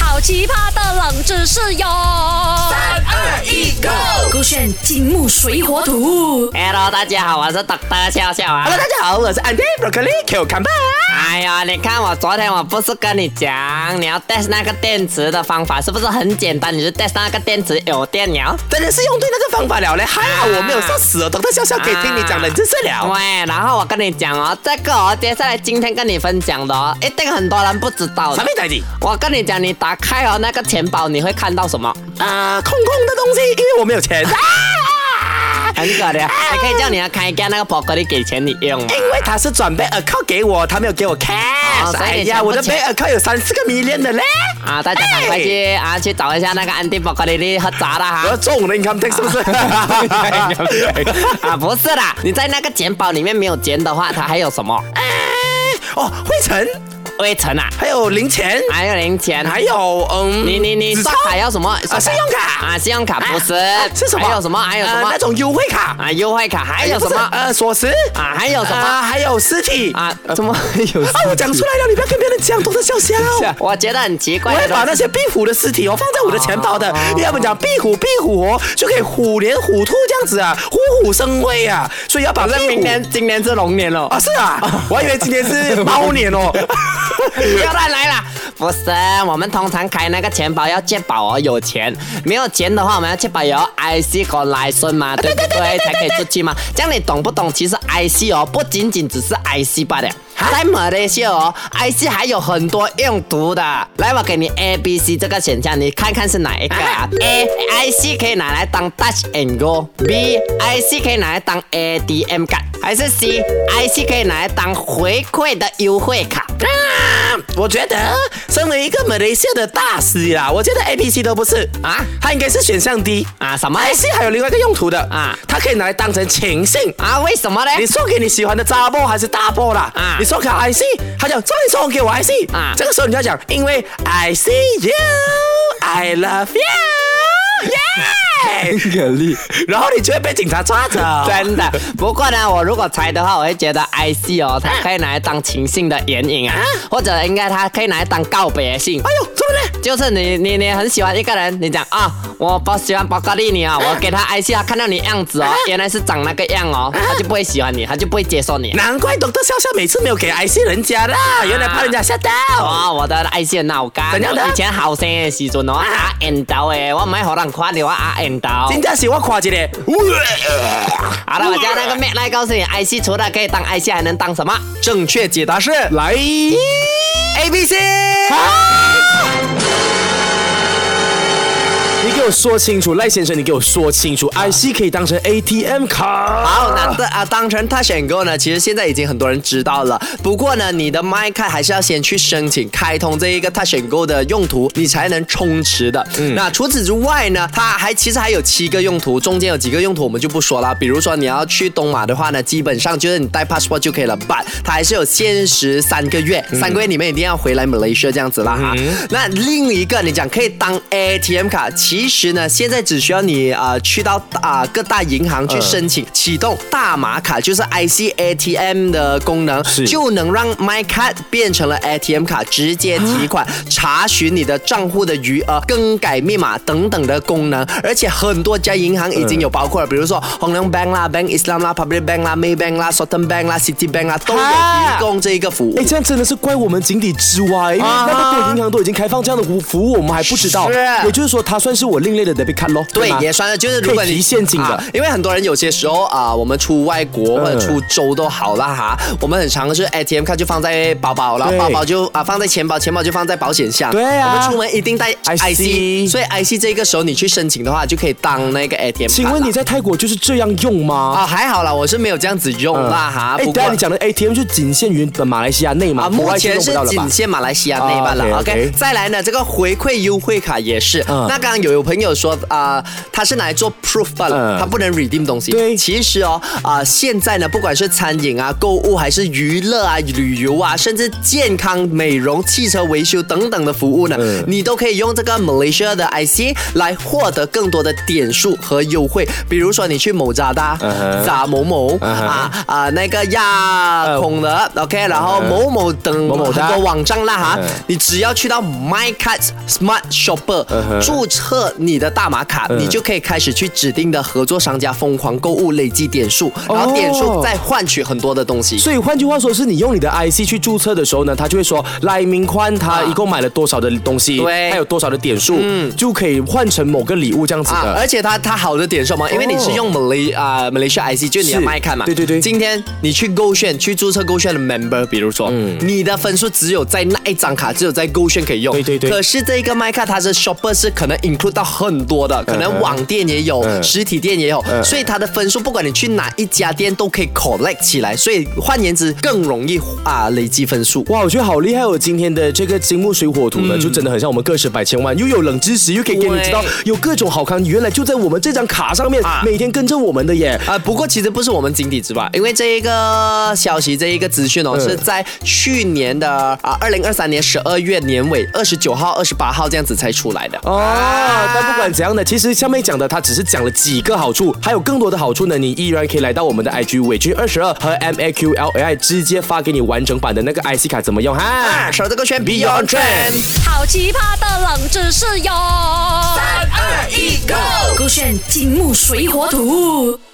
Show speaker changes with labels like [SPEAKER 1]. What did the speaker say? [SPEAKER 1] 好奇葩的冷知识哟！三
[SPEAKER 2] 二一，Go！
[SPEAKER 1] 勾选金木水火土。
[SPEAKER 3] Hello，大家好，我是 Dr. 笑笑啊
[SPEAKER 2] Hello，。大家好，我是 Andy Broccoli Q 看吧。
[SPEAKER 3] 哎呀，你看我昨天我不是跟你讲，你要 test 那个电池的方法是不是很简单？你就 test 那个电池有电了。
[SPEAKER 2] 真的是用对那个方法了嘞，还好我没有笑死哦。等到笑笑可以听你讲冷知识了。
[SPEAKER 3] 对，然后我跟你讲哦，这个哦，接下来今天跟你分享的哦，一定很多人不知道
[SPEAKER 2] 什
[SPEAKER 3] 的
[SPEAKER 2] 么。代志？
[SPEAKER 3] 我跟你讲，你打开哦那个钱包，你会看到什么？
[SPEAKER 2] 啊，空空的东西，因为我没 有钱。啊
[SPEAKER 3] 很可怜，还可以叫你要啊开一家那个宝格丽给钱你用啊嘛。
[SPEAKER 2] 因为他是转 bank account 给我，他没有给我
[SPEAKER 3] 哦
[SPEAKER 2] cash。
[SPEAKER 3] 所以你
[SPEAKER 2] 哎
[SPEAKER 3] 钱
[SPEAKER 2] 呀，
[SPEAKER 3] 不
[SPEAKER 2] 我的
[SPEAKER 3] 钱
[SPEAKER 2] bank account 有三四个 million 的嘞。
[SPEAKER 3] 啊，大家赶快去、啊去找一下那个安迪宝格丽丽喝砸了哈。
[SPEAKER 2] 我要中了 income tax 是不是？
[SPEAKER 3] 啊，不是啦，你在那个钱包里面没有钱的话，它还有什么？哎
[SPEAKER 2] 哦，灰尘，
[SPEAKER 3] 灰尘啊，
[SPEAKER 2] 还有零钱，
[SPEAKER 3] 还有零钱，
[SPEAKER 2] 还有嗯，
[SPEAKER 3] 你你你
[SPEAKER 2] 纸
[SPEAKER 3] 刷
[SPEAKER 2] 钞
[SPEAKER 3] 卡要什么？刷
[SPEAKER 2] 信用卡
[SPEAKER 3] 啊，信用卡不是
[SPEAKER 2] 啊是什么？
[SPEAKER 3] 还有什么？还有什
[SPEAKER 2] 呃
[SPEAKER 3] 么
[SPEAKER 2] 那？种优惠卡，
[SPEAKER 3] 啊，优惠卡还有什
[SPEAKER 2] 不是
[SPEAKER 3] 么？
[SPEAKER 2] 呃，锁匙
[SPEAKER 3] 啊，还有什么？
[SPEAKER 2] 啊，还有尸体啊！
[SPEAKER 3] 啊，怎么有？
[SPEAKER 2] 我讲出来了，你不要跟别人讲，懂得笑笑。
[SPEAKER 3] 我觉得很奇
[SPEAKER 2] 啊我
[SPEAKER 3] 怪
[SPEAKER 2] 会
[SPEAKER 3] 的
[SPEAKER 2] 把
[SPEAKER 3] 东
[SPEAKER 2] 那
[SPEAKER 3] 西。
[SPEAKER 2] 些壁虎的尸体哦放在我的钱包的，
[SPEAKER 3] 哦
[SPEAKER 2] 因为他们讲壁虎壁虎哦就可以虎年虎兔这样子啊，虎虎生威啊，所以要把
[SPEAKER 3] 反正
[SPEAKER 2] 壁
[SPEAKER 3] 明
[SPEAKER 2] 虎
[SPEAKER 3] 年 今年是龙年了
[SPEAKER 2] 啊，是啊，
[SPEAKER 3] 哦
[SPEAKER 2] 我还以为今年是猫年 哦。
[SPEAKER 3] 不要乱来啦！不是，我们通常开那个钱包要确保哦有钱，没有钱的话，我们要确保有 IC 和来顺嘛，对不对？才可以出去嘛。这样你懂不懂？其实 IC 哦，不仅仅只是 IC 罢了。在马来西亚哦，IC 还有很多用途的。来，我给你 A、B、C 这个选项，你看看是哪一个啊？A IC 可以拿来当 Touch and Go，B IC 可以拿来当 ATM 卡，还是 C IC 可以拿来当回馈的优惠卡？
[SPEAKER 2] 啊我觉得身为一个马来西亚的大师啦，我觉得 A、B、C 都不是
[SPEAKER 3] 啊
[SPEAKER 2] 啊，它应该是选项 D
[SPEAKER 3] 啊什么
[SPEAKER 2] I C 还有另外一个用途的
[SPEAKER 3] 啊
[SPEAKER 2] 啊，它可以拿来当成情信。
[SPEAKER 3] 啊？为什么呢？
[SPEAKER 2] 你送给你喜欢的渣波还是大波啦？
[SPEAKER 3] 啊
[SPEAKER 2] 啊，你送给 I C，他讲这你送给我 I C
[SPEAKER 3] 啊
[SPEAKER 2] 啊，这个时候你就要讲，因为 I see you，I love you，耶、
[SPEAKER 3] 可力，
[SPEAKER 2] 然后你就会被警察抓 走。哎
[SPEAKER 3] 真的。不过呢，我如果猜的话，我会觉得 IC 哦，它可以拿来当情信的眼影啊，或者应该它可以拿来当告别信。
[SPEAKER 2] 哎呦，怎么了？
[SPEAKER 3] 就是你你你很喜欢一个人，你讲啊、我不喜欢宝格丽你啊、我给他 IC，他看到你样子哦，原来是长那个样哦，他就不会喜欢你，他就不会接受你。
[SPEAKER 2] 难怪懂得笑笑每次没有给 I C 人家啦，原来怕人家吓到。
[SPEAKER 3] 啊哦，我的 IC 很好干，
[SPEAKER 2] 怎样的
[SPEAKER 3] 我以前后生的时阵哦，啊 N 到诶，我唔系好人夸你，我啊 N 到。
[SPEAKER 2] 真正是我夸一个，
[SPEAKER 3] 好了，我叫那个 Mac 来告诉你，IC 除了可以当 IC，还能当什么？正确解答是
[SPEAKER 2] 来
[SPEAKER 3] A B C。
[SPEAKER 4] 啊
[SPEAKER 2] 你给我说清楚，赖先生，你给我说清楚，IC 可以当成 ATM 卡。
[SPEAKER 4] 好，那的啊，当成他选购呢，其实现在已经很多人知道了。不过呢，你的麦卡还是要先去申请开通这一个他选购的用途，你才能充值的。那除此之外呢，它还其实还有七个用途，中间有几个用途我们就不说了。比如说你要去东马的话呢，基本上就是你带 passport 就可以了，but 它还是有限时三个月，三个月里面一定要回来 Malaysia 这样子啦哈。那另一个你讲可以当 ATM 卡，其实呢，现在只需要你啊、呃去到啊、各大银行去申请、启动大马卡，就是 IC ATM 的功能，就能让 MyCard 变成了 ATM 卡，直接提款、查询你的账户的余额、更改密码等等的功能。而且很多家银行已经有包括了，比如说红龙 Bank 啦、Bank Islam 啦、Public Bank 啦、Maybank 啦、Southern Bank 啦、City Bank 啦，都有提供这一个服务
[SPEAKER 5] 哎，。这样真的是怪我们井底之蛙，因为那么多银行都已经开放这样的服服务，我们还不知道。
[SPEAKER 4] 啊是
[SPEAKER 5] 也就是说，它算是我另类的 debit card 咯。
[SPEAKER 4] 对
[SPEAKER 5] 吗，
[SPEAKER 4] 也算是就是如果
[SPEAKER 5] 可以
[SPEAKER 4] 你
[SPEAKER 5] 提现金的
[SPEAKER 4] 啊因为很多人有些时候啊，我们出外国或者出州都好啦哈，我们很常是 ATM 卡就放在包包，然后
[SPEAKER 5] 对
[SPEAKER 4] 包包就啊放在钱包，钱包就放在保险箱。
[SPEAKER 5] 对啊
[SPEAKER 4] 我们出门一定带
[SPEAKER 5] IC
[SPEAKER 4] IC，所以 IC 这个时候你去申请的话，就可以当那个 ATM 卡啦。
[SPEAKER 5] 请问你在泰国就是这样用吗？
[SPEAKER 4] 啊还好啦，我是没有这样子用啦哈。
[SPEAKER 5] 哎，等
[SPEAKER 4] 不过
[SPEAKER 5] 下你讲的 ATM 就仅限于本马来西亚内吗？
[SPEAKER 4] 啊，
[SPEAKER 5] 国
[SPEAKER 4] 目
[SPEAKER 5] 外
[SPEAKER 4] 前
[SPEAKER 5] 用不
[SPEAKER 4] 是
[SPEAKER 5] 到了吧
[SPEAKER 4] 仅限马来西亚那一半了。
[SPEAKER 5] 啊
[SPEAKER 4] OK，,
[SPEAKER 5] ，OK，OK
[SPEAKER 4] 再来呢，这个回馈优惠卡也是。
[SPEAKER 5] 嗯
[SPEAKER 4] 那刚刚有朋友说啊、他是拿来做 proof 罢了，
[SPEAKER 6] 嗯
[SPEAKER 4] 他不能 redeem 东西。
[SPEAKER 2] 对
[SPEAKER 4] 其实哦啊、现在呢，不管是餐饮啊、购物还是娱乐啊、旅游啊，甚至健康、美容、汽车维修等等的服务呢，
[SPEAKER 5] 嗯
[SPEAKER 4] 你都可以用这个 Malaysia 的 IC 来获得更多的点数和优惠。比如说你去某啊扎达、
[SPEAKER 5] 嗯
[SPEAKER 4] 扎某某啊啊那个亚孔的 OK，然后某某等
[SPEAKER 6] 某某
[SPEAKER 4] 很
[SPEAKER 6] 的
[SPEAKER 4] 多网站啦哈
[SPEAKER 6] 嗯，
[SPEAKER 4] 你只要去到 MyCard Smart Shopper
[SPEAKER 6] 哼
[SPEAKER 4] 注册你的大马卡，你就可以开始去指定的合作商家疯狂购物，累积点数，然后点数再换取很多的东西。
[SPEAKER 2] 所以换句话说，是你用你的 IC 去注册的时候呢，他就会说赖明宽他一共买了多少的东西，
[SPEAKER 4] 啊对嗯
[SPEAKER 2] 他有多少的点数，就可以换成某个礼物这样子
[SPEAKER 4] 啊，
[SPEAKER 2] 的。哦
[SPEAKER 4] 而且它它好的点是什么？因为你是用 Malay 啊、Malaysia IC，就是你的
[SPEAKER 2] 是
[SPEAKER 4] My 看嘛。
[SPEAKER 2] 对对对
[SPEAKER 4] 今天你去勾选去注册勾选的 member，比如说，
[SPEAKER 2] 嗯
[SPEAKER 4] 你的分数只有在那一张卡，只有在勾选可以用。
[SPEAKER 2] 对对对
[SPEAKER 4] 可是这一个 My 卡它是 shopper 是可能 include 到很多的，可
[SPEAKER 2] 嗯
[SPEAKER 4] 能网店也有，实体店也有，所以它的分数不管你去哪一家店都可以 collect 起来，所以换言之更容易啊、累积分数。
[SPEAKER 2] 哇，我觉得好厉害哦！今天的这个金木水火土呢，就真的很像我们个十百千万，又有冷知识，又可以给你知道
[SPEAKER 4] 嗯对
[SPEAKER 2] 有各种好康，原来就在我们这张卡上面，
[SPEAKER 4] 啊
[SPEAKER 2] 每天跟着我们的耶。
[SPEAKER 4] 啊、不过其实不是我们井底之蛙，因为这一个消息，这一个资讯哦，是在去年的啊，二零二三年十二月年尾二十九号、二十八号这样子才出来的。
[SPEAKER 2] 哦，但不管怎样呢，其实下面讲的他只是讲了几个好处，还有更多的好处呢，你依然可以来到我们的 IG 伪军二十二和 MAQLAI 直接发给你完整版的那个 IC 卡怎么用哈？
[SPEAKER 4] 啊，手这个圈 Beyond Trend。
[SPEAKER 1] 好奇葩的冷知识哟！三二一，Go！勾选金木水火土。